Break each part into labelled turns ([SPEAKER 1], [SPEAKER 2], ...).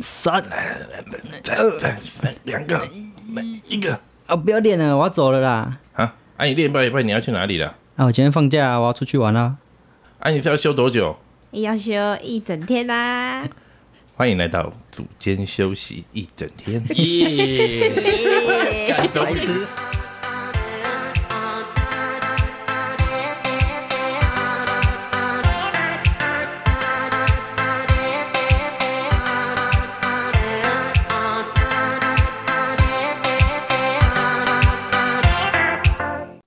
[SPEAKER 1] 三，
[SPEAKER 2] 二两个，一个
[SPEAKER 1] 啊，不要练了，我要走了啦。
[SPEAKER 2] 啊！啊，你练拜一拜，你要去哪里了？
[SPEAKER 1] 啊，我今天放假、啊，我要出去玩啦、
[SPEAKER 2] 啊，你是要休多久？
[SPEAKER 3] 要休一整天啊啦、
[SPEAKER 2] 欢迎来到组间休息一整 天。
[SPEAKER 4] 耶！
[SPEAKER 2] 白痴。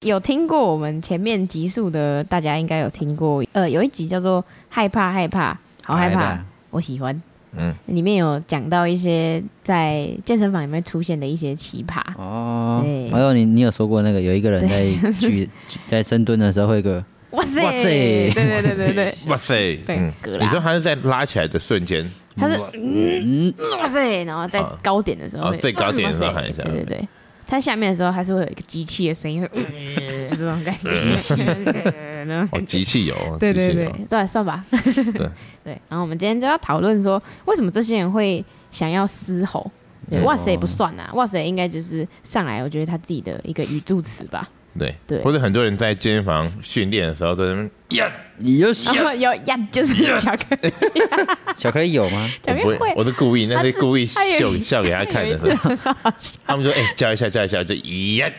[SPEAKER 3] 有听过我们前面集数的，大家应该有听过。呃，有一集叫做《害怕害怕，好害
[SPEAKER 4] 好
[SPEAKER 3] 怕
[SPEAKER 4] 害》怕，
[SPEAKER 3] 我喜欢。
[SPEAKER 2] 嗯，
[SPEAKER 3] 里面有讲到一些在健身房里面出现的一些奇葩。
[SPEAKER 1] 哦
[SPEAKER 3] 对
[SPEAKER 1] 还有你，你有说过那个有一个 人在举在深蹲的时候会有一个
[SPEAKER 3] 哇塞！
[SPEAKER 1] 哇塞
[SPEAKER 3] 对对对对对，
[SPEAKER 2] 哇塞！
[SPEAKER 3] 对
[SPEAKER 2] 嗯
[SPEAKER 3] 格拉
[SPEAKER 2] 你说他是在拉起来的瞬间，
[SPEAKER 3] 他是嗯哇塞，然后在
[SPEAKER 2] 啊
[SPEAKER 3] 高点的时候
[SPEAKER 2] 哦
[SPEAKER 3] 会，嗯
[SPEAKER 2] 最高点的时候
[SPEAKER 3] 哇塞
[SPEAKER 2] 喊一下
[SPEAKER 3] 对对对。他下面的时候，还是会有一个机器的声音，会呃这种感觉， 机器呃那种
[SPEAKER 2] 哦，
[SPEAKER 3] 感觉
[SPEAKER 2] 集气油，
[SPEAKER 3] 对对
[SPEAKER 2] 集气
[SPEAKER 3] 对
[SPEAKER 2] 油，
[SPEAKER 3] 对，算吧。对对，然后我们今天就要讨论说，为什么这些人会想要嘶吼？对，
[SPEAKER 2] 嗯
[SPEAKER 3] 哇塞不算啊，哇塞应该就是上来，我觉得他自己的一个语助词吧。
[SPEAKER 2] 对
[SPEAKER 3] 对
[SPEAKER 2] 或者很多人在健身房训练的时候都在那边
[SPEAKER 1] 你就
[SPEAKER 3] 然后有呀，就是巧克力，
[SPEAKER 1] 巧克力有吗？
[SPEAKER 3] 巧
[SPEAKER 2] 我
[SPEAKER 3] 克力
[SPEAKER 2] 不会，我是故意，那
[SPEAKER 3] 他
[SPEAKER 2] 是
[SPEAKER 3] 自
[SPEAKER 2] 故意
[SPEAKER 3] 他有
[SPEAKER 2] 秀
[SPEAKER 3] 一
[SPEAKER 2] 笑给他看
[SPEAKER 3] 有
[SPEAKER 2] 的。
[SPEAKER 3] 一次很好笑，
[SPEAKER 2] 他们说：“哎、叫一下，叫一下，就咦呀，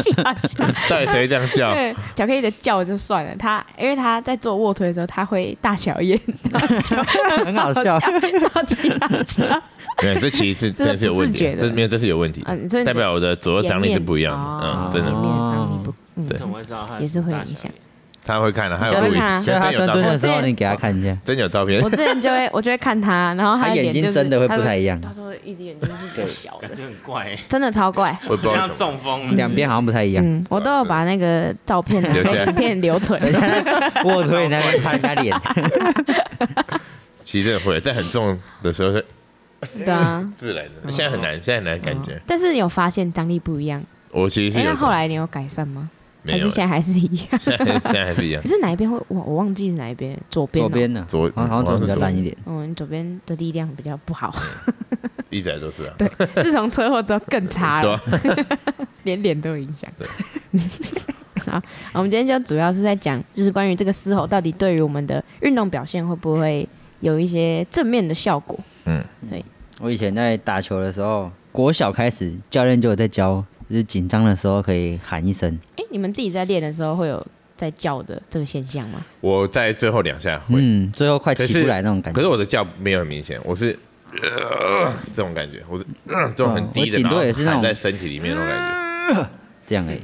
[SPEAKER 3] 记好笑。
[SPEAKER 2] 到底谁会这样叫？
[SPEAKER 3] 对，巧克力的叫就算了，他因为他在做卧推的时候，他会大小眼，然后就
[SPEAKER 1] 很好笑
[SPEAKER 3] 超级好笑。
[SPEAKER 2] 对，这其实是
[SPEAKER 3] 这
[SPEAKER 2] 真的
[SPEAKER 3] 是
[SPEAKER 2] 是有问
[SPEAKER 3] 不自
[SPEAKER 2] 题
[SPEAKER 3] 觉，的
[SPEAKER 2] 这没有，这是有问题的，
[SPEAKER 3] 嗯所以你的
[SPEAKER 2] 代表我的左右张力是不一样
[SPEAKER 3] 颜
[SPEAKER 2] 的。
[SPEAKER 3] 面
[SPEAKER 2] 嗯，
[SPEAKER 3] 哦
[SPEAKER 2] 真的
[SPEAKER 3] 颜，面张力不，嗯，
[SPEAKER 4] 怎么会知道他
[SPEAKER 3] 也是会
[SPEAKER 4] 大
[SPEAKER 3] 影响
[SPEAKER 4] 小眼
[SPEAKER 2] 他会看的，他有
[SPEAKER 1] 下次
[SPEAKER 2] 录影，
[SPEAKER 3] 看啊
[SPEAKER 1] 像
[SPEAKER 2] 现在
[SPEAKER 1] 他
[SPEAKER 2] 真
[SPEAKER 1] 深
[SPEAKER 2] 有照
[SPEAKER 1] 蹲
[SPEAKER 2] 片，
[SPEAKER 1] 的时候，你给他看一下，
[SPEAKER 2] 真有照片
[SPEAKER 3] 我。之前就会，我就会看他，然后
[SPEAKER 1] 他
[SPEAKER 3] 的
[SPEAKER 1] 眼
[SPEAKER 3] 脸
[SPEAKER 1] 睛
[SPEAKER 3] 就是
[SPEAKER 1] 真的会不太一
[SPEAKER 3] 样，
[SPEAKER 1] 样，
[SPEAKER 3] 他说一只眼睛是比较小的
[SPEAKER 4] 感，觉很怪，欸
[SPEAKER 3] 真的超怪。
[SPEAKER 2] 我也不知道为什
[SPEAKER 4] 像
[SPEAKER 2] 么
[SPEAKER 4] 中风了。
[SPEAKER 1] 两边好像不太一 样。
[SPEAKER 3] 嗯，我都有把那个照片啊
[SPEAKER 2] 留下来
[SPEAKER 3] 跟影片留存。
[SPEAKER 1] 等一下，卧推你那边拍他脸，
[SPEAKER 2] 其实真的会在很重的时候是
[SPEAKER 3] 对啊，
[SPEAKER 2] 自然的，现在很难，现在很难感觉。
[SPEAKER 3] 但是有发现张力不一样。
[SPEAKER 2] 我其实
[SPEAKER 3] 哎，
[SPEAKER 2] 是有
[SPEAKER 3] 那，后来你有改善吗？还
[SPEAKER 2] 没有啊欸
[SPEAKER 3] 是，现在还是一样？
[SPEAKER 2] 现在现在还是一样
[SPEAKER 3] 可。 是哪一边会我我忘记是哪一边，左边
[SPEAKER 1] 左
[SPEAKER 3] 哦。
[SPEAKER 1] 边呢，
[SPEAKER 2] 左
[SPEAKER 1] 好像左边比较烂一点。
[SPEAKER 3] 嗯，你左边的力量比较不好，
[SPEAKER 2] 一直以来都是啊。
[SPEAKER 3] 对，自从车祸之后更差
[SPEAKER 2] 对
[SPEAKER 3] 了
[SPEAKER 2] 啊，，
[SPEAKER 3] 连脸都有影响
[SPEAKER 2] 对。
[SPEAKER 3] 好，我们今天就主要是在讲，就是关于这个嘶吼到底对于我们的运动表现会不会有一些正面的效果？
[SPEAKER 1] 我以前在打球的时候，国小开始教练就有在教，就是紧张的时候可以喊一声。
[SPEAKER 3] 哎、你们自己在练的时候会有在叫的这个现象吗？
[SPEAKER 2] 我在最后两下会，
[SPEAKER 1] 嗯，最后快
[SPEAKER 2] 可
[SPEAKER 1] 起
[SPEAKER 2] 是
[SPEAKER 1] 不来那种感觉。
[SPEAKER 2] 可是我的叫没有很明显，我是呃这种感觉，我是呃这种很低的，
[SPEAKER 1] 哦我顶
[SPEAKER 2] 然后
[SPEAKER 1] 多也是那种
[SPEAKER 2] 含在身体里面那种感
[SPEAKER 1] 这样哎、欸，
[SPEAKER 2] 觉，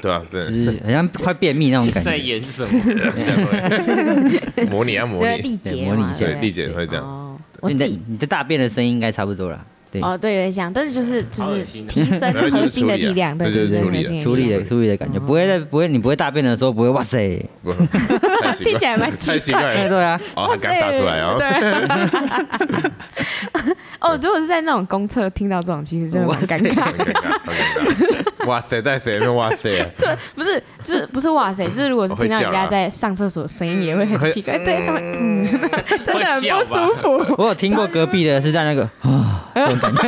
[SPEAKER 2] 对吧？真的
[SPEAKER 1] 就。是好像快便秘那种感
[SPEAKER 4] 在
[SPEAKER 1] 觉。
[SPEAKER 4] 演什么？
[SPEAKER 2] 模拟啊模
[SPEAKER 3] 对，啊
[SPEAKER 2] 拟，
[SPEAKER 3] 力
[SPEAKER 1] 对
[SPEAKER 3] 竭
[SPEAKER 1] 模拟
[SPEAKER 3] 嘛，
[SPEAKER 1] 一下
[SPEAKER 2] 对，
[SPEAKER 3] 不
[SPEAKER 2] 丽姐会这样，
[SPEAKER 3] 哦，我
[SPEAKER 1] 那你的
[SPEAKER 3] 自己
[SPEAKER 1] 你的大便的声音应该差不多啦。对，
[SPEAKER 3] 哦，对，有点像，但是就是就
[SPEAKER 4] 好
[SPEAKER 3] 是
[SPEAKER 4] 恶心啊
[SPEAKER 3] 提升
[SPEAKER 2] 然后就是
[SPEAKER 3] 核心的
[SPEAKER 2] 处理啊
[SPEAKER 3] 力量，对
[SPEAKER 2] 这就
[SPEAKER 3] 对
[SPEAKER 2] 是
[SPEAKER 3] 对，
[SPEAKER 2] 处理
[SPEAKER 3] 核
[SPEAKER 2] 啊
[SPEAKER 3] 心
[SPEAKER 1] 处理
[SPEAKER 3] 力量
[SPEAKER 1] 的处理的感觉，
[SPEAKER 3] 嗯
[SPEAKER 1] 不会在不会你不会大便的时候不会哇塞，
[SPEAKER 2] 不太奇怪
[SPEAKER 3] 听起来蛮奇怪
[SPEAKER 2] 太奇怪
[SPEAKER 1] 对
[SPEAKER 2] 了。
[SPEAKER 1] 对啊，
[SPEAKER 2] 哦，他刚打出来 哦，
[SPEAKER 3] 对。 哦，如果是在那种公厕听到这种，其实真的蛮尴尬。
[SPEAKER 2] 很尴尬，很尴尬。哇塞，在谁那边哇塞啊？
[SPEAKER 3] 对，不是，就是不是哇 塞，就是如果是听到人家在上厕所的声音，也会很奇怪。对他们， 嗯，真的很不舒服。
[SPEAKER 1] 我有听过隔壁的是在那个 啊这种感觉，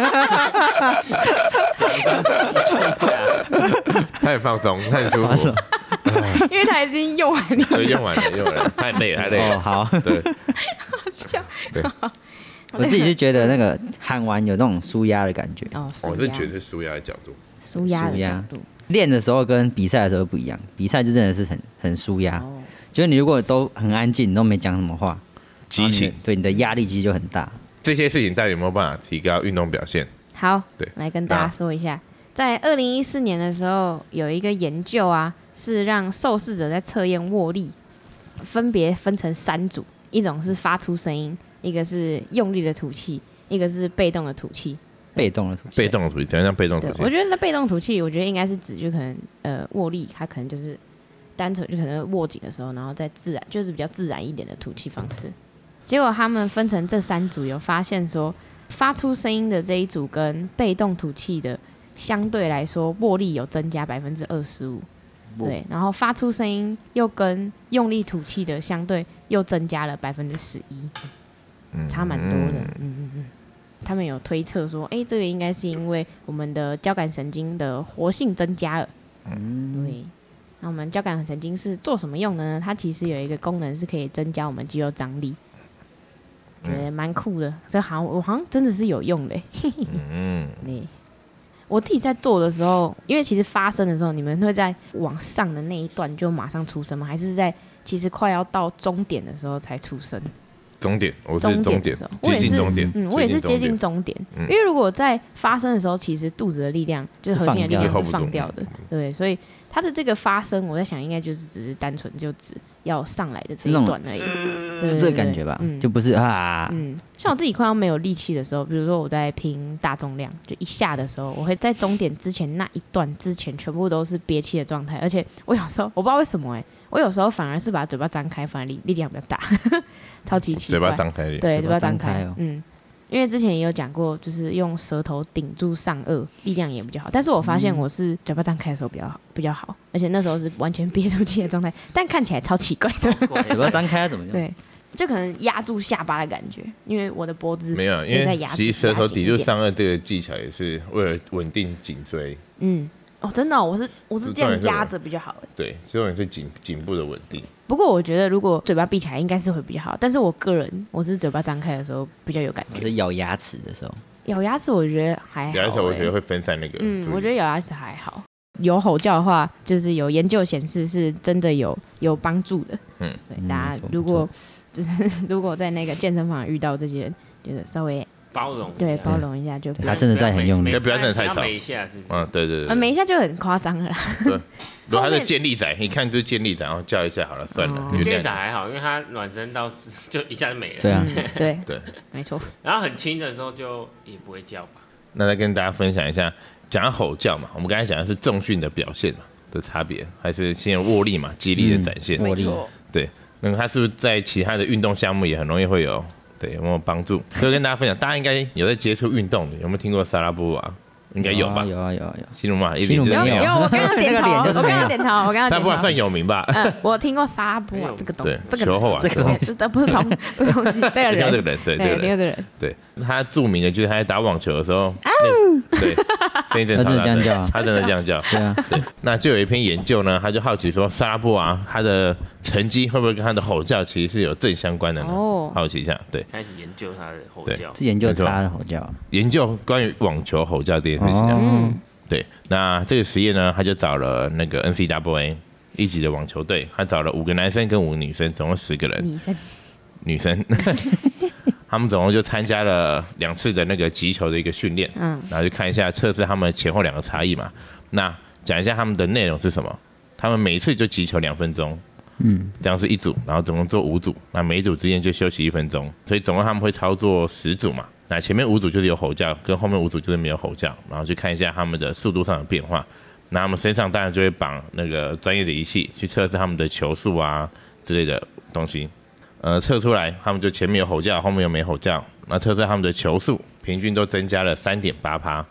[SPEAKER 2] 他很放松，他很舒服，
[SPEAKER 3] 因为他已经用 完了，
[SPEAKER 2] 对，用完了，用完了，太累了，太累
[SPEAKER 1] 哦
[SPEAKER 2] 了。
[SPEAKER 1] 好，
[SPEAKER 2] 对，
[SPEAKER 3] 像
[SPEAKER 1] 我自己是觉得那个喊完有那种舒压的感觉，
[SPEAKER 3] 哦，
[SPEAKER 2] 我
[SPEAKER 3] 舒
[SPEAKER 2] 是
[SPEAKER 3] 压
[SPEAKER 2] 觉得是舒压的角度，
[SPEAKER 3] 舒压啊的
[SPEAKER 1] 舒
[SPEAKER 3] 角
[SPEAKER 1] 压
[SPEAKER 3] 度。
[SPEAKER 1] 练的时候跟比赛的时候不一样，比赛就真的是很很舒压，
[SPEAKER 3] 哦
[SPEAKER 1] 就是你如果都很安静，你都没讲什么话，
[SPEAKER 2] 激
[SPEAKER 1] 然
[SPEAKER 2] 情
[SPEAKER 1] 后你的对你的压力其实就很大。
[SPEAKER 2] 这些事情到底有没有办法提高运动表现？
[SPEAKER 3] 好，
[SPEAKER 2] 对啊
[SPEAKER 3] 来跟大家
[SPEAKER 2] 那
[SPEAKER 3] 说一下，在二零一四年的时候，有一个研究啊，是让受试者在测验握力，分别分成三组，一种是发出声音，一个是用力的吐气，一个是被动的吐气。
[SPEAKER 1] 被动的吐气
[SPEAKER 2] 被动的吐气，怎样叫被动
[SPEAKER 3] 对
[SPEAKER 2] 吐，
[SPEAKER 3] 我
[SPEAKER 2] 气？
[SPEAKER 3] 觉得那被动吐气，我觉得应该是指就可能呃握力，它可能就是单纯就可能握紧的时候，然后再自然就是比较自然一点的吐气方式。结果他们分成这三组，有发现说发出声音的这一组跟被动吐气的相对来说握力有增加百分之二十五，对，然后发出声音又跟用力吐气的相对又增加了百分之十一，差蛮多的，嗯嗯嗯。他们有推测说，哎、这个应该是因为我们的交感神经的活性增加了。对。那我们交感神经是做什么用的呢？它其实有一个功能是可以增加我们肌肉张力，觉得蛮酷的。这好像我好像真的是有用的、欸。
[SPEAKER 2] 嗯，
[SPEAKER 3] 你我自己在做的时候，因为其实发生的时候，你们会在往上的那一段就马上出声吗？还是在其实快要到终点的时候才出声？
[SPEAKER 2] 终点，我是
[SPEAKER 3] 终
[SPEAKER 2] 终
[SPEAKER 3] 点
[SPEAKER 2] 点
[SPEAKER 3] 的时候，我
[SPEAKER 2] 接
[SPEAKER 3] 也
[SPEAKER 2] 近
[SPEAKER 3] 是
[SPEAKER 2] 终点，
[SPEAKER 3] 嗯，我也是接近
[SPEAKER 2] 终
[SPEAKER 3] 终点，
[SPEAKER 2] 嗯
[SPEAKER 3] 因为如果在发生的时候，其实肚子的力量就是核心的力
[SPEAKER 1] 是
[SPEAKER 2] 放掉的
[SPEAKER 3] 量是放掉的，
[SPEAKER 2] 嗯
[SPEAKER 3] 对，所以它的这个发声，我在想应该就是只是单纯就只要上来的这
[SPEAKER 1] 是那
[SPEAKER 3] 一
[SPEAKER 1] 种
[SPEAKER 3] 段而已，对
[SPEAKER 1] 嗯这个感觉吧，就不是啊，
[SPEAKER 3] 嗯，像我自己快要没有力气的时候，比如说我在拼大重量，就一下的时候，我会在终点之前那一段之前，全部都是憋气的状态。而且我有时候我不知道为什么哎、我有时候反而是把嘴巴张开，反而力力量比较大， 超级奇怪。
[SPEAKER 2] 嘴巴张开一点，
[SPEAKER 3] 对，
[SPEAKER 1] 嘴
[SPEAKER 3] 嘴
[SPEAKER 1] 巴
[SPEAKER 3] 巴
[SPEAKER 1] 张
[SPEAKER 3] 张
[SPEAKER 1] 开哦
[SPEAKER 3] 嗯，因为之前也有讲过，就是用舌头顶住上颚，力量也比较好。但是我发
[SPEAKER 2] 嗯
[SPEAKER 3] 现我是嘴巴张开的时候比较好，比较好，而且那时候是完全憋住气的状态，但看起来超奇怪的。
[SPEAKER 2] 哦
[SPEAKER 1] 嘴巴张开怎么样？
[SPEAKER 3] 对，就可能压住下巴的感觉，因为我的脖子
[SPEAKER 2] 没有，啊因
[SPEAKER 3] 在
[SPEAKER 2] 为
[SPEAKER 3] 压
[SPEAKER 2] 其实舌头抵住
[SPEAKER 3] 住
[SPEAKER 2] 上颚这个技巧也是为了稳定颈椎，
[SPEAKER 3] 嗯，哦，真的哦、我是我是这
[SPEAKER 2] 是
[SPEAKER 3] 样
[SPEAKER 2] 重点是
[SPEAKER 3] 压着比较好欸。
[SPEAKER 2] 对，所以是颈颈部的稳定。
[SPEAKER 3] 不过我觉得如果嘴巴闭起来应该是会比较好，但是我个人我是嘴巴张开的时候比较有感
[SPEAKER 1] 我
[SPEAKER 3] 觉，
[SPEAKER 1] 是咬牙齿的时候，
[SPEAKER 3] 咬牙齿我觉得还好、欸。
[SPEAKER 2] 牙齿我觉得会分散那个注意力，
[SPEAKER 3] 嗯，我觉得咬牙齿还好。有吼叫的话，就是有研究显示是真的有有帮助的。
[SPEAKER 2] 嗯，
[SPEAKER 3] 对，
[SPEAKER 1] 嗯
[SPEAKER 3] 大
[SPEAKER 1] 没
[SPEAKER 3] 家
[SPEAKER 1] 错
[SPEAKER 3] 如果 就是如果在那个健身房遇到这些人，就是稍微
[SPEAKER 4] 包容一下，
[SPEAKER 3] 对包容一下，就不
[SPEAKER 1] 他
[SPEAKER 3] 要
[SPEAKER 1] 真的在很用力
[SPEAKER 2] 不要真的太吵
[SPEAKER 4] 不要每一下是不是
[SPEAKER 2] 嗯，对对对
[SPEAKER 3] 呃
[SPEAKER 2] 对。
[SPEAKER 3] 每一下就很夸张了啦。
[SPEAKER 2] 如果他
[SPEAKER 3] 后
[SPEAKER 2] 是
[SPEAKER 3] 面
[SPEAKER 2] 建立仔，你看就是建立仔，然后叫一下好了，算了
[SPEAKER 3] 哦，
[SPEAKER 2] 原
[SPEAKER 4] 今天
[SPEAKER 2] 谅
[SPEAKER 4] 长还好，因为它暖身到就一下就没了。
[SPEAKER 1] 对啊
[SPEAKER 3] 嗯，对
[SPEAKER 2] 对，
[SPEAKER 3] 没错。
[SPEAKER 4] 然后很轻的时候就也不会叫吧。
[SPEAKER 2] 那再跟大家分享一下，讲到吼叫嘛，我们刚才讲的是重训的表现嘛的差别，还是先有握力嘛，肌力的展现。
[SPEAKER 1] 嗯握力
[SPEAKER 2] 对，那么它是不是在其他的运动项目也很容易会有？对，有没有帮助？所以跟大家分享，大家应该有在接触运动的，有没有听过萨拉波娃？应该有吧？哦
[SPEAKER 1] 有啊有啊有啊，
[SPEAKER 2] 西鲁马一
[SPEAKER 1] 西
[SPEAKER 2] 定
[SPEAKER 1] 鲁
[SPEAKER 2] 就是
[SPEAKER 1] 马
[SPEAKER 2] 没
[SPEAKER 1] 没
[SPEAKER 3] 有
[SPEAKER 1] 有
[SPEAKER 2] 有，
[SPEAKER 3] 有，我刚刚点 头，
[SPEAKER 1] 那个脸
[SPEAKER 3] 我
[SPEAKER 1] 就是
[SPEAKER 3] 刚
[SPEAKER 1] 没有
[SPEAKER 3] 刚点头，我刚
[SPEAKER 2] 萨拉
[SPEAKER 3] 刚点
[SPEAKER 2] 波娃算
[SPEAKER 3] 头。
[SPEAKER 2] 有名吧？
[SPEAKER 3] 嗯，我听过沙布啊，这个东
[SPEAKER 2] 对，
[SPEAKER 3] 这个
[SPEAKER 2] 球后啊，
[SPEAKER 1] 这个东西
[SPEAKER 3] 这个不是同不是东西，对
[SPEAKER 2] 你看这个
[SPEAKER 3] 人，
[SPEAKER 2] 人，对
[SPEAKER 3] 对
[SPEAKER 2] 对对
[SPEAKER 3] 另外这个人，
[SPEAKER 2] 对，他著名的就是他在打网球的时候，那对，声音真的超 大
[SPEAKER 1] 他真的这样叫
[SPEAKER 2] 声
[SPEAKER 1] 啊，
[SPEAKER 2] 他真的这样叫。
[SPEAKER 1] 对啊，
[SPEAKER 2] 对，那就有一篇研究呢，他就好奇说，沙拉布娃他的成绩会不会跟他的吼叫其实是有正相关的呢？
[SPEAKER 3] 哦
[SPEAKER 2] 好奇一下，对，
[SPEAKER 4] 开始研究它的吼
[SPEAKER 2] 对
[SPEAKER 4] 叫，
[SPEAKER 1] 是研究他的吼叫啊，
[SPEAKER 2] 研究关于网球吼叫这件事情啊、
[SPEAKER 1] 哦，
[SPEAKER 2] 对，那这个实验呢，他就找了那个 NCAA 一级的网球队，他找了五个男生跟五个女生，总共十个人，
[SPEAKER 3] 女生，
[SPEAKER 2] 女生， 他们总共就参加了两次的那个击球的一个训练，
[SPEAKER 3] 嗯
[SPEAKER 2] 然后就看一下测试他们前后两个差异嘛。那讲一下他们的内容是什么？他们每一次就击球两分钟，
[SPEAKER 1] 嗯，
[SPEAKER 2] 这样是一组，然后总共做五组，那每一组之间就休息一分钟，所以总共他们会操作十组嘛。那前面五组就是有吼叫，跟后面五组就是没有吼叫，然后去看一下他们的速度上的变化。那他们身上当然就会绑那个专业的仪器去测试他们的球速啊之类的东西。呃，测出来他们就前面有吼叫，后面又没吼叫。那测试他们的球速，平均都增加了三点八趴。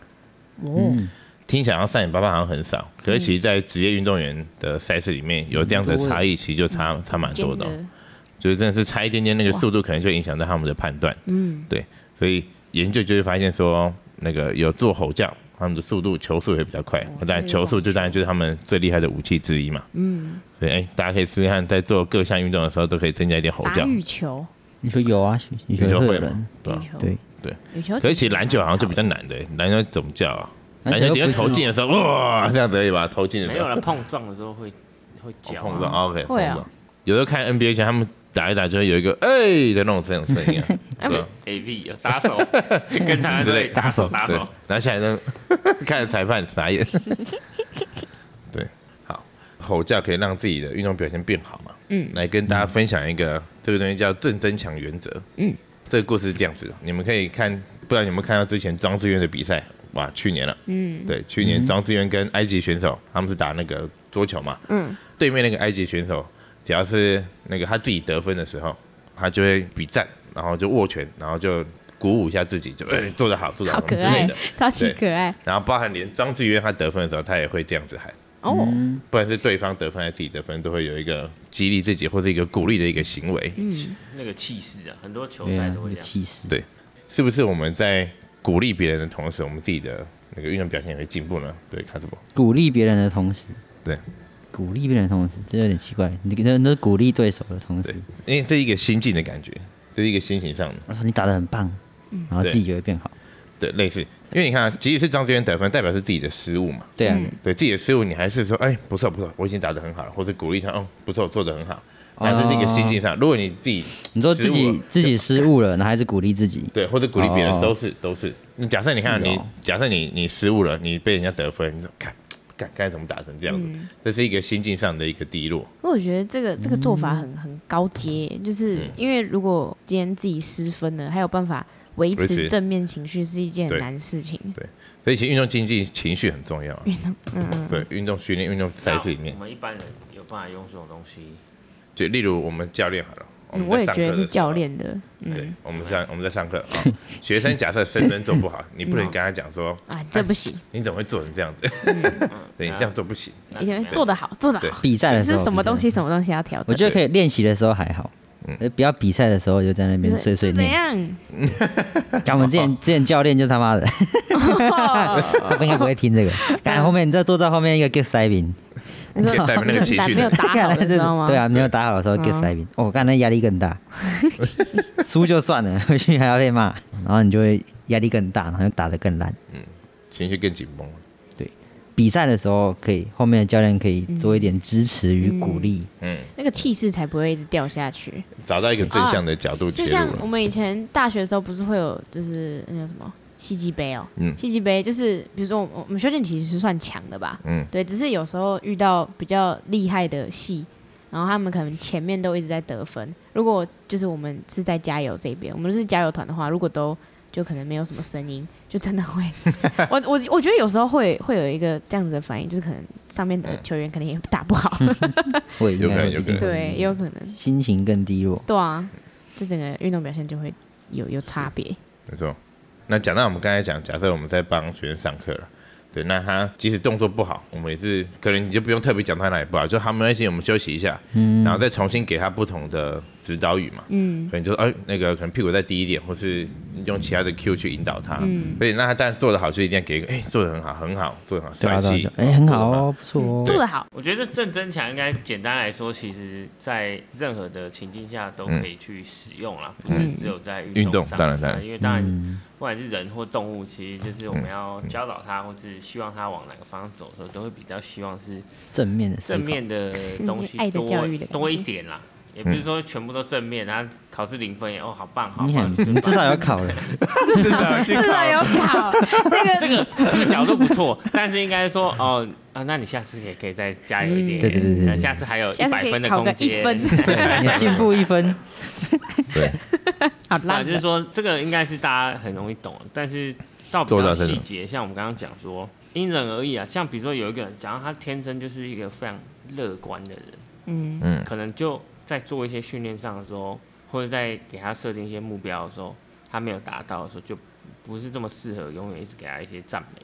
[SPEAKER 2] 嗯
[SPEAKER 3] 哦，
[SPEAKER 2] 听起来好像三点八八好像很少，可是其实，在职业运动员的赛事里面有这样
[SPEAKER 3] 嗯
[SPEAKER 2] 的差异，其实就差差蛮多的哦、就是真的是差一点点那个速度，可能就影响到他们的判断。
[SPEAKER 3] 嗯，
[SPEAKER 2] 对，所以研究就会发现说，那个有做吼叫，他们的速度球速也比较快。
[SPEAKER 3] 哦
[SPEAKER 2] 那
[SPEAKER 3] 啊
[SPEAKER 2] 当然，球速就当然就是他们最厉害的武器之一嘛。嗯，所以哎，大家可以试试看，在做各项运动的时候，都可以增加一点吼
[SPEAKER 3] 打
[SPEAKER 2] 叫。
[SPEAKER 3] 羽球，
[SPEAKER 1] 你说有啊，你
[SPEAKER 2] 羽
[SPEAKER 1] 说
[SPEAKER 2] 球
[SPEAKER 1] 会有
[SPEAKER 2] 吗
[SPEAKER 1] 人，
[SPEAKER 2] 对吧？啊
[SPEAKER 3] 球
[SPEAKER 1] 对，
[SPEAKER 3] 羽球，
[SPEAKER 2] 可是其实篮球好像就比较难的，篮球怎么叫啊？篮球
[SPEAKER 1] 又
[SPEAKER 2] 顶
[SPEAKER 1] 不
[SPEAKER 2] 多
[SPEAKER 1] 是
[SPEAKER 2] 投进的时候，哇，这样子而已吧，投进的
[SPEAKER 4] 没
[SPEAKER 2] 时
[SPEAKER 4] 有
[SPEAKER 2] 候
[SPEAKER 4] 了碰撞的时候会会叫啊，
[SPEAKER 2] 碰撞，OK，碰
[SPEAKER 3] 会啊
[SPEAKER 2] 撞。有时候看 NBA 前，他们打一打就会有一个哎的那种这种声音啊，对吧？
[SPEAKER 4] A V 打手， 跟常常
[SPEAKER 2] 之类
[SPEAKER 4] 对打手打
[SPEAKER 2] 对
[SPEAKER 4] 手，，
[SPEAKER 2] 拿起来呢， 看着裁判傻 眼。对，好，吼叫可以让自己的运动表现变好嘛？
[SPEAKER 3] 嗯
[SPEAKER 2] 来跟大家分享一个这个东西叫正增强原则。
[SPEAKER 3] 嗯，
[SPEAKER 2] 这个故事是这样子的，你们可以看，不知道你有没有看到之前庄志渊的比赛？哇，去年了。
[SPEAKER 3] 嗯
[SPEAKER 2] 对，去年庄志渊跟埃及选手他们是打那个桌球嘛，
[SPEAKER 3] 嗯，
[SPEAKER 2] 对面那个埃及选手，只要是那个他自己得分的时候，他就会比赞，然后就握拳，然后就鼓舞一下自己，就、哎做得好，做得好
[SPEAKER 3] 好
[SPEAKER 2] 什
[SPEAKER 3] 可
[SPEAKER 2] 么之类
[SPEAKER 3] 爱
[SPEAKER 2] 的。，
[SPEAKER 3] 超级可爱
[SPEAKER 2] 然后包含连张志渊他得分的时候，他也会这样子喊，
[SPEAKER 3] 哦，
[SPEAKER 1] 嗯
[SPEAKER 2] 不管是对方得分还是自己得分，都会有一个激励自己或是一个鼓励的一个行为。
[SPEAKER 3] 嗯
[SPEAKER 4] 那个气势啊，很多球
[SPEAKER 1] 对
[SPEAKER 4] 赛
[SPEAKER 1] 啊
[SPEAKER 4] 都，会
[SPEAKER 1] 有
[SPEAKER 4] 这样。
[SPEAKER 1] 气势，
[SPEAKER 2] 对是不是我们在鼓励别人的同时，我们自己的那个运动表现也会进步呢？对，看什么？
[SPEAKER 1] 鼓励别人的同时，
[SPEAKER 2] 对，
[SPEAKER 1] 鼓励别人的同时，这有点奇怪。你这都是鼓励对手的同时
[SPEAKER 2] 对，因为这是一个心境的感觉，这是一个心情上的。
[SPEAKER 1] 我说你打得很棒，然后自己就会变好。
[SPEAKER 2] 对，类似，因为你看，即使是张志远得分，代表是自己的失误嘛。
[SPEAKER 1] 对啊，
[SPEAKER 2] 对自己的失误，你还是说，哎、不错不错，我已经打得很好了，或者鼓励他，嗯，不错，做得很好。
[SPEAKER 1] 哦
[SPEAKER 2] 那这是一个心境上，如果你自己
[SPEAKER 1] 你说自
[SPEAKER 2] 失误
[SPEAKER 1] 己
[SPEAKER 2] 了
[SPEAKER 1] 自己失误了，然后还是鼓励自己，
[SPEAKER 2] 对，或者鼓励别人
[SPEAKER 1] 哦
[SPEAKER 2] 都是都是。你假设你看
[SPEAKER 1] 是哦
[SPEAKER 2] 你，假设你你失误了，你被人家得分，你说看，看该怎么打成这样子，
[SPEAKER 3] 嗯
[SPEAKER 2] 这是一个心境上的一个低落。
[SPEAKER 3] 因为我觉得这个这个
[SPEAKER 1] 嗯
[SPEAKER 3] 做法很很高阶，
[SPEAKER 2] 嗯
[SPEAKER 3] 就是因为如果今天自己失分了，还有办法维
[SPEAKER 2] 维持
[SPEAKER 3] 持正面情绪是一件很
[SPEAKER 2] 对
[SPEAKER 3] 难事情。
[SPEAKER 2] 所以其实运动竞技情绪很重要啊，
[SPEAKER 3] 运动，嗯嗯，
[SPEAKER 2] 对，运动训练、运动赛事里面
[SPEAKER 4] 我，们一般人有办法用这种东西，
[SPEAKER 2] 就例如我们教练好了，我
[SPEAKER 3] 嗯
[SPEAKER 2] 们
[SPEAKER 3] 我
[SPEAKER 2] 在
[SPEAKER 3] 也
[SPEAKER 2] 上课
[SPEAKER 3] 觉得
[SPEAKER 2] 的
[SPEAKER 3] 是
[SPEAKER 2] 时候啊
[SPEAKER 3] 教。练的，
[SPEAKER 2] 对
[SPEAKER 3] 嗯，
[SPEAKER 2] 我们上我们在上课啊，学生假设深蹲做不好，你不能跟他讲说
[SPEAKER 3] 啊，这不行，
[SPEAKER 2] 你怎么会做成这样子，
[SPEAKER 4] 嗯，
[SPEAKER 2] 对你这样做不行。
[SPEAKER 4] 那
[SPEAKER 3] 因为
[SPEAKER 4] 怎么样
[SPEAKER 3] 做得好，做得好，
[SPEAKER 1] 比赛的时
[SPEAKER 3] 只
[SPEAKER 1] 候
[SPEAKER 3] 是什么东
[SPEAKER 1] 比赛的时
[SPEAKER 3] 西什么东西要调
[SPEAKER 1] 候？我
[SPEAKER 3] 整。
[SPEAKER 1] 觉得可以练习的时候还好
[SPEAKER 2] 嗯，
[SPEAKER 1] 呃不要比赛的时候就在那边
[SPEAKER 3] 就是
[SPEAKER 1] 碎碎
[SPEAKER 3] 是怎
[SPEAKER 1] 念。
[SPEAKER 3] 样？
[SPEAKER 1] 像我们之前之前教练就他妈的，
[SPEAKER 3] 哦
[SPEAKER 1] 他们应该不会听这个。但后面你再坐在后面一个 get 塞饼，
[SPEAKER 3] 你说
[SPEAKER 2] 可以带 那个情绪的
[SPEAKER 3] 没有打好
[SPEAKER 1] 干
[SPEAKER 3] 的，知道吗？ 嗯
[SPEAKER 1] 对啊，没有打好的时候 get 塞饼，哦，干那压力更大。输就算了，回去还要被骂，然后你就会压力更大，然后又打得更烂。
[SPEAKER 2] 情绪更紧绷。
[SPEAKER 1] 比赛的时候可以，后面的教练可以做一点支持与鼓励。
[SPEAKER 2] 嗯，
[SPEAKER 3] 那个气势才不会一直掉下去。
[SPEAKER 2] 找到一个正向的角度切
[SPEAKER 3] 就
[SPEAKER 2] 入
[SPEAKER 3] 像我
[SPEAKER 2] 了。
[SPEAKER 3] 们以前大学的时候，不是会有就是那叫什么戏剧杯哦，
[SPEAKER 2] 嗯
[SPEAKER 3] 戏剧杯就是比如说我们我们修建其实是算强的吧，
[SPEAKER 2] 嗯，
[SPEAKER 3] 对，只是有时候遇到比较厉害的戏，然后他们可能前面都一直在得分。如果就是我们是在加油这边，我们是加油团的话，如果都就可能没有什么声音，就真的 会，我我我觉得有时候会会有一个这样子的反应，就是可能上面的
[SPEAKER 2] 嗯
[SPEAKER 3] 球员可能也打不好，
[SPEAKER 1] 会应
[SPEAKER 2] 有可
[SPEAKER 1] 该
[SPEAKER 2] 能
[SPEAKER 1] 会
[SPEAKER 2] 有
[SPEAKER 1] 一定会
[SPEAKER 2] 可能
[SPEAKER 3] 嗯对，也有可能，
[SPEAKER 1] 心情更低落。
[SPEAKER 3] 对啊，就整个运动表现就会有有差别，
[SPEAKER 2] 没错。那讲到我们刚才讲，假设我们在帮学生上课了，对，那他即使动作不好，我们也是可能你就不用特别讲他哪里不好，就他没关系，我们休息一下，嗯，然后再重新给他不同的指导语嘛。
[SPEAKER 3] 嗯
[SPEAKER 2] 可能就说哎、那个可能屁股再低一点，或是用其他的 Q 去引导他。
[SPEAKER 3] 嗯，
[SPEAKER 2] 所以那他当然做得好，就一定要给一个哎、做得很好，很好，做得很好，
[SPEAKER 1] 对
[SPEAKER 2] 帅
[SPEAKER 1] 啊，对啊
[SPEAKER 2] 气
[SPEAKER 1] 对啊，哎，很好
[SPEAKER 2] 做得
[SPEAKER 1] 哦，不错哦。
[SPEAKER 3] 嗯做 得好，
[SPEAKER 4] 我觉得正增强应该简单来说，其实在任何的情境下都可以去使用啦，不是只有在
[SPEAKER 2] 运动
[SPEAKER 4] 上。
[SPEAKER 2] 当然当然
[SPEAKER 4] 因为
[SPEAKER 1] 嗯
[SPEAKER 4] 当然，不管是人或动物，其实就是我们要教导它，或是希望它往哪个方向走的时候，都会比较希望是
[SPEAKER 1] 正面的思考
[SPEAKER 4] 正面的东西
[SPEAKER 3] 爱的
[SPEAKER 4] 多
[SPEAKER 3] 教育的感觉
[SPEAKER 4] 多一点啦。也不是说全部都正面，他考试零分也哦，好棒，好
[SPEAKER 1] 你
[SPEAKER 4] 棒
[SPEAKER 1] 很，，你至少有考了，
[SPEAKER 2] 至 少
[SPEAKER 3] 至少有 考这个
[SPEAKER 4] 这个这个角度不错，但是应该说哦啊，那你下次也可以再加油一点，
[SPEAKER 1] 嗯对对对对对
[SPEAKER 4] 那下次还有
[SPEAKER 3] 下
[SPEAKER 4] 一
[SPEAKER 3] 次
[SPEAKER 4] 百
[SPEAKER 3] 可
[SPEAKER 4] 分
[SPEAKER 3] 以
[SPEAKER 4] 的
[SPEAKER 3] 考
[SPEAKER 4] 空
[SPEAKER 3] 个一
[SPEAKER 4] 间，
[SPEAKER 3] 分，
[SPEAKER 2] 啊
[SPEAKER 1] 你 进步一分。
[SPEAKER 2] 对，
[SPEAKER 3] 好
[SPEAKER 4] 那
[SPEAKER 3] 烂
[SPEAKER 4] 啊就是
[SPEAKER 3] 的，
[SPEAKER 4] 说这个应该是大家很容易懂，但是到比
[SPEAKER 2] 做
[SPEAKER 4] 较
[SPEAKER 2] 到这种
[SPEAKER 4] 细节，像我们刚刚讲说，因人而异啊。像比如说有一个人，假如他天生就是一个非常乐观的人，
[SPEAKER 3] 嗯
[SPEAKER 2] 嗯
[SPEAKER 4] 可能就在做一些训练上的时候，或者在给他设定一些目标的时候，他没有达到的时候，就不是这么适合永远一直给他一些赞美。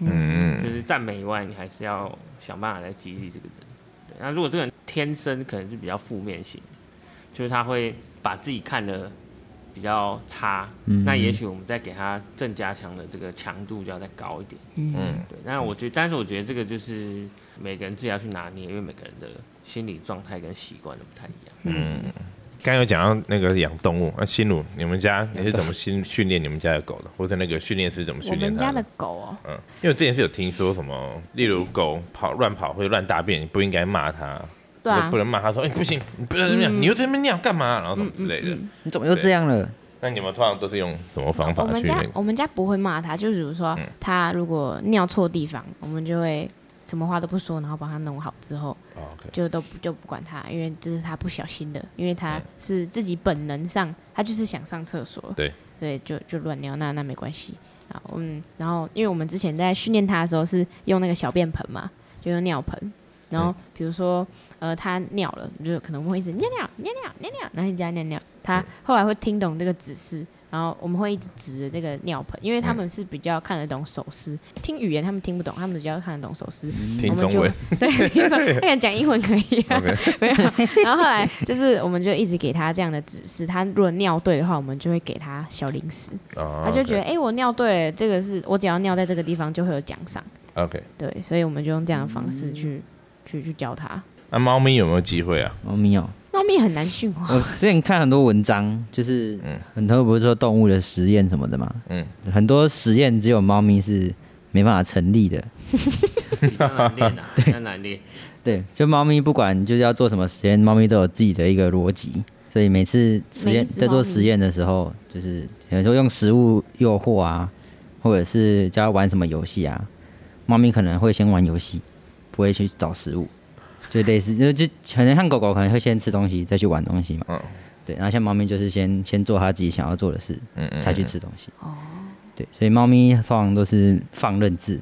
[SPEAKER 4] 就
[SPEAKER 2] 嗯，
[SPEAKER 4] 是赞美以外，你还是要想办法来激励这个人。对，那如果这个人天生可能是比较负面型，就是他会把自己看得比较差，
[SPEAKER 2] 嗯
[SPEAKER 4] 那也许我们再给他正加强的这个强度就要再高一点。
[SPEAKER 3] 嗯
[SPEAKER 4] 对，那我觉得，但是我觉得这个就是每个人自己要去拿捏，因为每个人的心理状态跟习惯都不太一样。
[SPEAKER 2] 刚刚有讲到那个养动物，那新鲁，你们家你是怎么训训练你们家的狗的，或者那个训练师怎么
[SPEAKER 3] 我
[SPEAKER 2] 训练
[SPEAKER 3] 们
[SPEAKER 2] 它
[SPEAKER 3] 家的？狗哦，
[SPEAKER 2] 嗯，因为我之前是有听说什么，例如狗跑乱跑或者乱大便，你不应该骂它，
[SPEAKER 3] 对啊嗯
[SPEAKER 2] 不，能骂它说，哎、不行，你不能这么样，你又在那边尿干嘛？然后什么之类的。
[SPEAKER 1] 你怎么又这样了？
[SPEAKER 2] 那你们通常都是用什么方法
[SPEAKER 3] 我们
[SPEAKER 2] 去
[SPEAKER 3] 家
[SPEAKER 2] 那个？嗯
[SPEAKER 3] 我们家不会骂他，就比如说他如果尿错地方，我们就会什么话都不说，然后帮他弄好之后，
[SPEAKER 2] 哦，OK，
[SPEAKER 3] 就都不就不管他，因为这是他不小心的，因为他是自己本能上，他就是想上厕所，
[SPEAKER 2] 对，
[SPEAKER 3] 对，就就乱尿，那那没关系啊，嗯，然后因为我们之前在训练他的时候是用那个小便盆嘛，就用尿盆，然后比如说呃他尿了，你就可能会一直尿尿尿尿尿尿，然后人家尿尿，他后来会听懂这个指示。然后我们会一直指着这个尿盆，因为他们是比较看得懂手势，听语言他们听不懂，他们比较看得懂手势。
[SPEAKER 2] 听
[SPEAKER 3] 嗯我们
[SPEAKER 2] 中
[SPEAKER 3] 就
[SPEAKER 2] 文
[SPEAKER 3] 对，听中文，哎那讲英文可以、啊。
[SPEAKER 2] ，OK，
[SPEAKER 3] 没有。然后后来就是，我们就一直给他这样的指示。他如果尿对的话，我们就会给他小零食。
[SPEAKER 2] 他
[SPEAKER 3] 他就觉得，哎、我尿对了，这个是我只要尿在这个地方就会有奖赏。
[SPEAKER 2] OK。
[SPEAKER 3] 对，所以我们就用这样的方式去、去去教他。
[SPEAKER 2] 那猫咪有没有机会 啊？
[SPEAKER 1] 猫咪 哦，
[SPEAKER 3] 猫咪很难驯化，
[SPEAKER 1] 我之前看很多文章，就是很多不是说动物的实验什么的嘛，
[SPEAKER 2] 嗯
[SPEAKER 1] 很多实验只有猫咪是没办法成立的。
[SPEAKER 4] 比较难练 啊，比较难练。
[SPEAKER 1] 对，就猫咪不管就是要做什么实验，猫咪都有自己的一个逻辑，所以每次实
[SPEAKER 3] 每一
[SPEAKER 1] 验
[SPEAKER 3] 只
[SPEAKER 1] 在做
[SPEAKER 3] 猫咪
[SPEAKER 1] 实验的时候，就是比如说用食物诱惑啊，或者是教它玩什么游戏啊，猫咪可能会先玩游戏，不会去找食物，就类似就就可能像狗狗可能会先吃东西再去玩东西嘛，
[SPEAKER 2] 嗯
[SPEAKER 1] 对，然后像猫咪就是先先做它自己想要做的事，
[SPEAKER 2] 嗯嗯，
[SPEAKER 1] 才去吃东西。哦，对，所以猫咪通常都是放任制。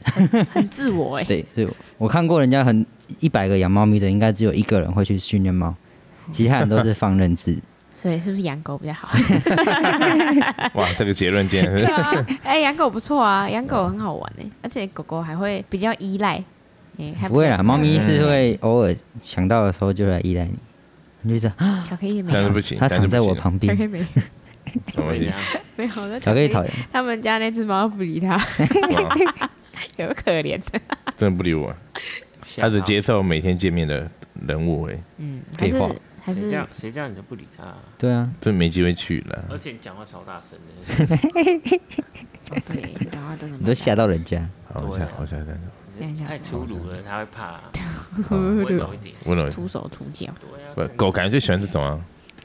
[SPEAKER 3] 很自我哎、
[SPEAKER 1] 对，所以我看过人家很一百个养猫咪的，应该只有一个人会去训练猫，其他人都是放任制。
[SPEAKER 3] 所以是不是养狗比较好？
[SPEAKER 2] 哇，这个结论竟然是
[SPEAKER 3] 对啊，哎、养狗不错啊，养狗很好玩哎、而且狗狗还会比较依赖，哎、 还
[SPEAKER 1] 不会啦，
[SPEAKER 3] 较
[SPEAKER 1] 猫咪
[SPEAKER 2] 嗯
[SPEAKER 1] 是会偶尔想到的时候就来依赖你，你就这样，
[SPEAKER 3] 哎巧克力没
[SPEAKER 2] 但 是
[SPEAKER 3] 有，
[SPEAKER 2] 不行，
[SPEAKER 1] 它
[SPEAKER 2] 但是
[SPEAKER 1] 躺
[SPEAKER 2] 不
[SPEAKER 1] 在
[SPEAKER 2] 行
[SPEAKER 1] 我，旁
[SPEAKER 3] 巧克力
[SPEAKER 1] 边，
[SPEAKER 3] 没有，
[SPEAKER 2] 什么东
[SPEAKER 4] 怎
[SPEAKER 2] 西
[SPEAKER 4] 样？
[SPEAKER 3] 没有，那
[SPEAKER 1] 巧克力讨厌。
[SPEAKER 3] 他们家那只猫不理 他，
[SPEAKER 2] 哇
[SPEAKER 3] 有可怜的。
[SPEAKER 2] 真的不理 我，
[SPEAKER 4] 吓
[SPEAKER 2] 他
[SPEAKER 3] 啊
[SPEAKER 2] 只
[SPEAKER 4] 到
[SPEAKER 2] 接受每天见面的人物哎，
[SPEAKER 3] 嗯，还
[SPEAKER 1] 废
[SPEAKER 3] 是
[SPEAKER 1] 话
[SPEAKER 3] 还
[SPEAKER 4] 谁
[SPEAKER 3] 是
[SPEAKER 4] 这样谁这样你就不理他啊、
[SPEAKER 1] 对啊，
[SPEAKER 2] 真没机会去了。
[SPEAKER 4] 而且你讲话超大声的，
[SPEAKER 3] 哦对，你讲话真的哎
[SPEAKER 1] 你都吓到人家。
[SPEAKER 2] 好
[SPEAKER 4] 对啊
[SPEAKER 2] 吓，好吓人，
[SPEAKER 3] 人家
[SPEAKER 4] 太粗鲁了，他会怕、 啊。
[SPEAKER 2] 哦
[SPEAKER 4] 温柔一点，
[SPEAKER 2] 温柔。
[SPEAKER 3] 出手出脚，
[SPEAKER 4] 对啊
[SPEAKER 2] 不，狗感觉最喜欢这种啊！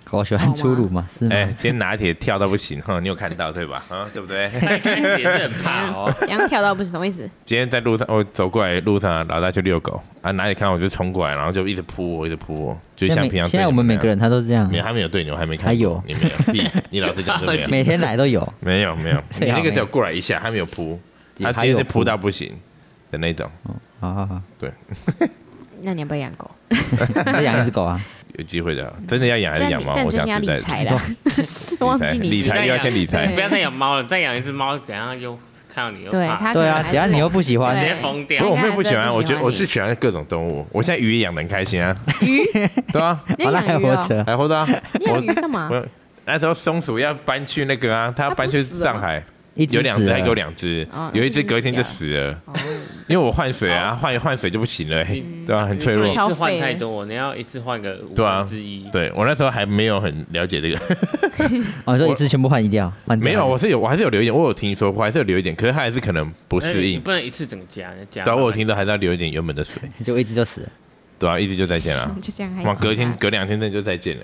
[SPEAKER 1] 狗喜欢粗鲁嘛， 是吗？
[SPEAKER 2] 哎，今天拿铁跳到不行哈，你有看到对吧？啊，对不对？
[SPEAKER 4] 他一开始也是很怕 哦。
[SPEAKER 3] 这样跳到不是什么意思？
[SPEAKER 2] 今天在路上，我走过来路上，老大去遛狗啊，哪里看到我就冲过来，然后就一直扑我，一直扑我，就
[SPEAKER 1] 现在
[SPEAKER 2] 像
[SPEAKER 1] 每
[SPEAKER 2] 平常。
[SPEAKER 1] 现在我们每个，人他都这样
[SPEAKER 2] 没，有，他没有对你，我还没看过。
[SPEAKER 1] 还有
[SPEAKER 2] 你没有，屁 你老是讲就没有，
[SPEAKER 1] 每天来都有。
[SPEAKER 2] 没有没有，你
[SPEAKER 1] 对啊
[SPEAKER 2] 那个
[SPEAKER 1] 没有
[SPEAKER 2] 只有过来一下，他没有扑， 啊他
[SPEAKER 1] 还
[SPEAKER 2] 直接
[SPEAKER 1] 有哦
[SPEAKER 2] 就扑到不行的那种。
[SPEAKER 1] 好好好，
[SPEAKER 3] 那你要不要养狗？
[SPEAKER 1] 你就养一只狗啊，
[SPEAKER 2] 有机会的，真的要养还
[SPEAKER 3] 但
[SPEAKER 2] 是
[SPEAKER 3] 你
[SPEAKER 2] 养猫？
[SPEAKER 3] 但
[SPEAKER 2] 我
[SPEAKER 3] 你最
[SPEAKER 2] 讲
[SPEAKER 3] 近要
[SPEAKER 2] 实在
[SPEAKER 3] 理
[SPEAKER 2] 的，
[SPEAKER 3] 财 啦，忘记
[SPEAKER 2] 理
[SPEAKER 3] 你
[SPEAKER 2] 财又要先理
[SPEAKER 4] 你
[SPEAKER 2] 财
[SPEAKER 4] 不。要再养猫了，再养一只猫，等下又看到你又
[SPEAKER 3] 对
[SPEAKER 4] 怕，
[SPEAKER 3] 他
[SPEAKER 1] 对啊，
[SPEAKER 3] 可能还
[SPEAKER 1] 等
[SPEAKER 3] 是
[SPEAKER 1] 一下你又不喜
[SPEAKER 4] 直
[SPEAKER 1] 欢
[SPEAKER 3] 对，
[SPEAKER 4] 接疯
[SPEAKER 2] 不是
[SPEAKER 4] 掉
[SPEAKER 2] 我。没有不喜欢，
[SPEAKER 3] 他应该还是
[SPEAKER 2] 我觉得
[SPEAKER 3] 不
[SPEAKER 2] 我
[SPEAKER 3] 喜欢你
[SPEAKER 2] 是喜欢各种动物。我现在鱼也养的很开心啊，
[SPEAKER 3] 鱼，
[SPEAKER 2] 对啊，
[SPEAKER 3] 你
[SPEAKER 1] 好
[SPEAKER 3] 要
[SPEAKER 1] 了还
[SPEAKER 3] 养鱼
[SPEAKER 1] 活
[SPEAKER 3] 哦？
[SPEAKER 1] 着，
[SPEAKER 2] 还活着 啊。
[SPEAKER 3] 你养鱼干嘛？
[SPEAKER 2] 我那时候松鼠要搬去那个啊，它要搬去上海，
[SPEAKER 1] 一只
[SPEAKER 2] 有两只
[SPEAKER 1] 死
[SPEAKER 2] 还给我
[SPEAKER 1] 了
[SPEAKER 2] 两只
[SPEAKER 3] 哦，
[SPEAKER 2] 有一只隔天就死了，
[SPEAKER 3] 哦，
[SPEAKER 2] 因为我换水啊，换一换水就不行了，嘿对啊，很脆弱
[SPEAKER 4] 你。不能一次
[SPEAKER 3] 超
[SPEAKER 4] 换
[SPEAKER 3] 废
[SPEAKER 4] 太多，你要一次换个五
[SPEAKER 2] 对啊
[SPEAKER 4] 分之一。
[SPEAKER 2] 对我那时候还没有很了解这个，
[SPEAKER 1] 哦，说一次全部换掉，换掉
[SPEAKER 2] 没有，我是有，我还是有留一点，我有听说，我还是有留一点，可是它还是可能哎不
[SPEAKER 4] 不
[SPEAKER 2] 适应。
[SPEAKER 4] 不能一次整个加，你加
[SPEAKER 2] 对啊，我有
[SPEAKER 4] 慢慢
[SPEAKER 2] 听说还是要留一点原本的水，
[SPEAKER 1] 就一只就死了。
[SPEAKER 2] 对啊，一直就再见 了。
[SPEAKER 3] 就这样还
[SPEAKER 2] 哇，
[SPEAKER 3] 死
[SPEAKER 2] 隔天
[SPEAKER 3] 啊
[SPEAKER 2] 隔两天真的就再见了，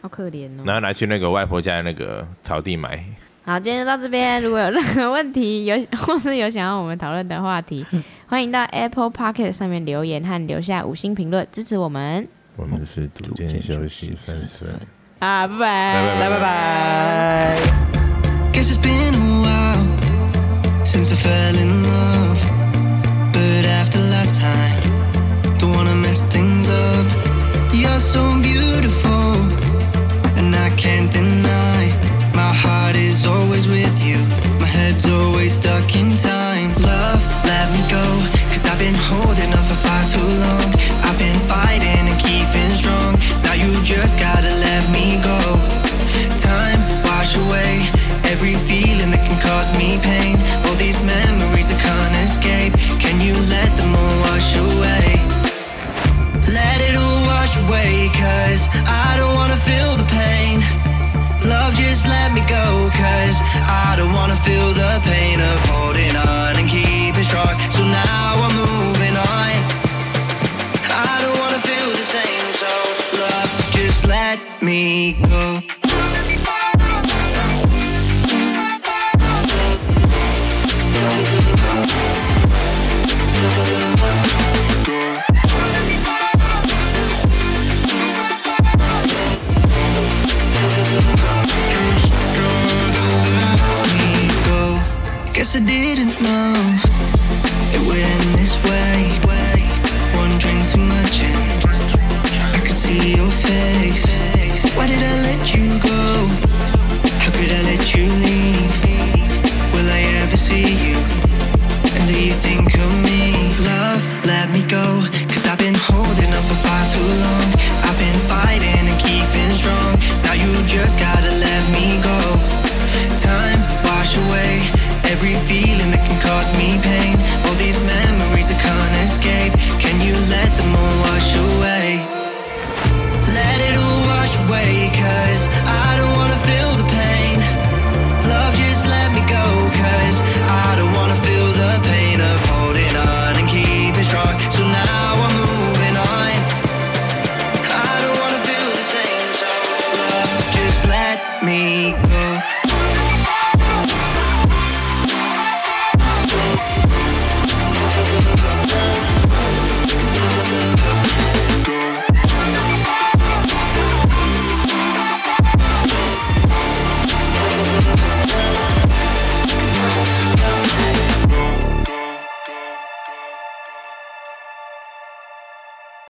[SPEAKER 3] 好可怜哦。
[SPEAKER 2] 然后拿去那个外婆家的那个草地埋。
[SPEAKER 3] 好，今天就到这边。如果有任何问题，有 或是有想要我们讨论的话 题，欢迎到 Apple Pocket 上面留言和留下五星评论支持我们
[SPEAKER 2] 我们是逐渐休息三十分。
[SPEAKER 3] 啊！
[SPEAKER 2] 拜
[SPEAKER 3] 拜拜，
[SPEAKER 2] 拜拜
[SPEAKER 1] 拜。
[SPEAKER 5] Guess it's been a while since I fell in love. But after last time, don't wanna mess things up. You're so beautiful, and I can't deny. My heart is always with you, my head's always stuck in time. Love, let me go, cause I've been holding on for far too long. I've been fighting and keeping strong. Now you just gotta let me go. Time wash away every feeling that can cause me pain. All these memories I can't escape. Can you let them all wash away? Let it all wash away, cause I don't wanna feel the pain. Love, just let me go, cause I don't wanna feel the pain of holding on and keeping strong. So now I'm moving on. I don't wanna feel the same, so love, just let me go. me go. Guess I didn't know it went this way. One drink too much and I could see your face. Why did I let you go? How could I let you leave? Will I ever see you? And do you think of me? Love, let me go. Cause I've been holding up for far too long. I've been fighting and keeping strong. Now you just gotta let me go. Time, wash away every feeling that can cause me pain. All these memories I can't escape. Can you let them all wash away? Let it all wash away, cause I don't wanna feel the pain. Love, just let me go, cause I don't wanna feel the pain of holding on and keeping strong. So now I'm moving on. I don't wanna feel the same, so love, just let me go.